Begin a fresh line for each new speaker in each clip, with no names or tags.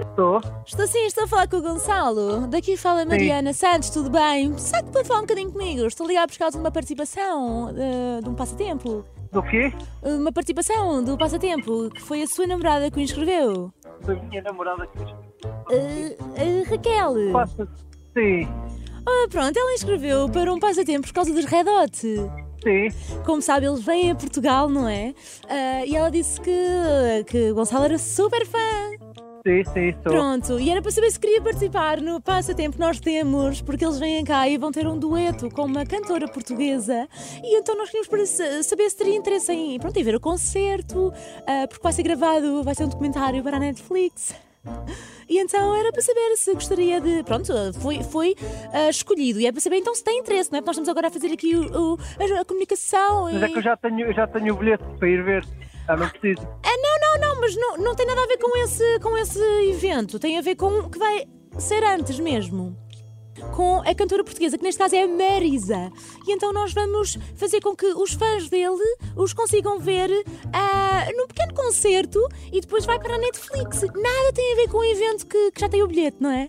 Estou?
Estou sim, estou a falar com o Gonçalo. Daqui fala a Mariana Santos, tudo bem? Será que pode falar um bocadinho comigo? Estou a ligar por causa de uma participação, eh, de um passatempo. Eh,
Do quê?
Uma participação do passatempo, que foi a sua namorada que o inscreveu.
Da minha namorada que
Eh, eh, Raquel.
passa. Sim,
Ah, pronto, ela inscreveu para um passatempo por causa dos Red Hot.
sim.
Como sabe, eles vêm a Portugal, não é? Ah, e ela disse que, que o Gonçalo era super fã.
Sim, sim, estou.
Pronto, e era para saber se queria participar no passatempo que nós temos, porque eles vêm cá e vão ter um dueto com uma cantora portuguesa. E então nós queríamos para sa- saber se teria interesse em pronto, em ver o concerto, ah, porque vai ser gravado, vai ser um documentário para a Netflix. E então era para saber se gostaria de. Pronto, foi, foi ah, escolhido. E é para saber então se tem interesse, não é? Porque nós estamos agora a fazer aqui o- o- a, a comunicação.
Mas é
e-
que eu já tenho, eu já tenho o bilhete para ir ver. Ah, não preciso.
ah, não, não, não, mas não, não tem nada a ver com esse, com esse evento. Tem a ver com o que vai ser antes mesmo. Com a cantora portuguesa, que neste caso é a Marisa. E então nós vamos fazer com que os fãs dele os consigam ver ah, num pequeno concerto e depois vai para a Netflix. Nada tem a ver com o evento que, que já tem o bilhete, não é?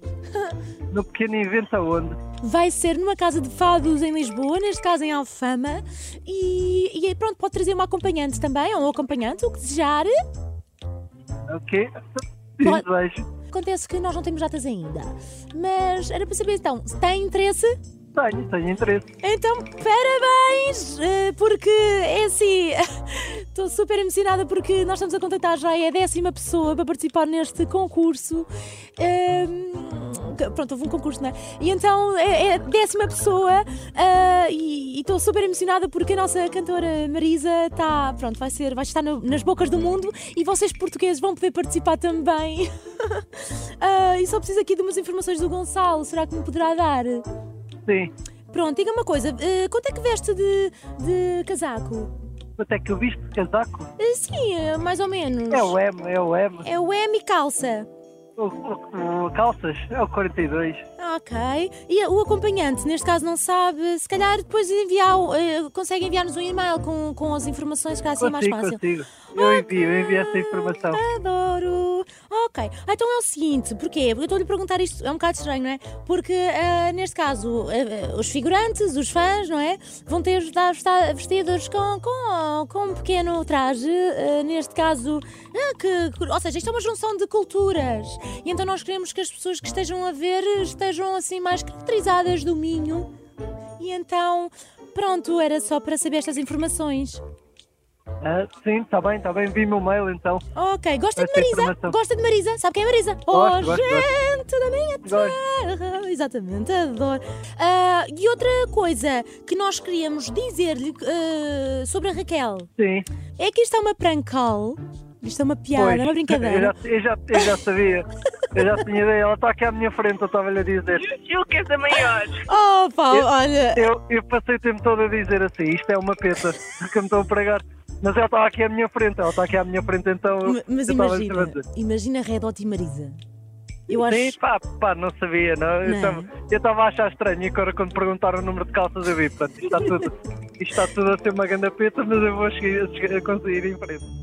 No pequeno evento aonde?
Vai ser numa casa de fados em Lisboa, neste caso em Alfama. E, e pronto, pode trazer uma acompanhante também, ou um acompanhante, o que desejar.
Ok?
Pode-
Ah, Sim, vejo.
Acontece que nós não temos datas ainda, mas era para saber então se tem interesse.
Tenho, tenho interesse.
Então, parabéns! eh, Porque é assim, estou super emocionada porque nós estamos a contactar já é a décima pessoa para participar neste concurso. Ehm, que- pronto, houve um concurso, não é? E então é é a décima pessoa ah, e e estou super emocionada porque a nossa cantora Marisa está, pronto, vai, ser, vai estar no- nas bocas do mundo e vocês portugueses vão poder participar também. Ah, e só preciso aqui de umas informações do Gonçalo, será que me poderá dar?
Sim.
Pronto, diga uma coisa, eh, quanto é que veste de, de casaco?
Quanto é que eu visto de casaco?
Eh, sim, eh, mais ou menos.
É o M, é o M.
É o M e calça.
O, o- o- calças? É o 42.
Ok. E o acompanhante, neste caso não sabe, se calhar depois enviar, o- eh, consegue enviar-nos um e-mail com, com as informações, se calhar assim é mais
Consigo,
fácil.
consigo. Eu envio, eu envio essa informação.
Ah, Adoro! Ok, Ah, então é o seguinte, porquê? Porque eu estou-lhe a perguntar isto, é um bocado estranho, não é? Porque ah, neste caso, ah, ah, os figurantes, os fãs, não é? Vão ter de estar vesta- vestidos com, com, com um pequeno traje, ah, neste caso, ah, que, que- ou seja, isto é uma junção de culturas. E então nós queremos que as pessoas que estejam a ver estejam assim mais caracterizadas do Minho. E então, pronto, era só para saber estas informações.
Ah, sim, está bem, está bem. Vi meu mail então.
Ok, gosta de
Essa
Marisa?
informação.
Gosta de Marisa? Sabe quem é Marisa? oh,
Gosto, gosto,
gente da minha
Gosto.
terra! Exatamente, adoro. Ah, e outra coisa que nós queríamos dizer-lhe ah, sobre a Raquel
Sim.
é que isto é uma prank call, isto é uma piada,
Pois,
é uma brincadeira.
Eu já, eu já, eu já sabia. Eu já tinha ideia. Ela está aqui à minha frente, eu estava-lhe a dizer.
Juca é da maior.
Oh, Paulo, olha.
Eu, eu passei o tempo todo a dizer assim, isto é uma peta, que me estão a pregar. Mas ela estava aqui à minha frente, ela está aqui à minha frente, então eu-
Ma- Mas
eu estava a
imagina,
dizer. assim.
imagina Red Hot e Marisa. Eu acho.
Sim, pá, pá, não sabia, não. Eu
Não.
estava- Eu estava a achar estranho e agora quando perguntaram o número de calças eu vi, portanto, isto está tudo, isto está tudo a ser uma ganda peta, mas eu vou chegar, chegar- a conseguir em frente.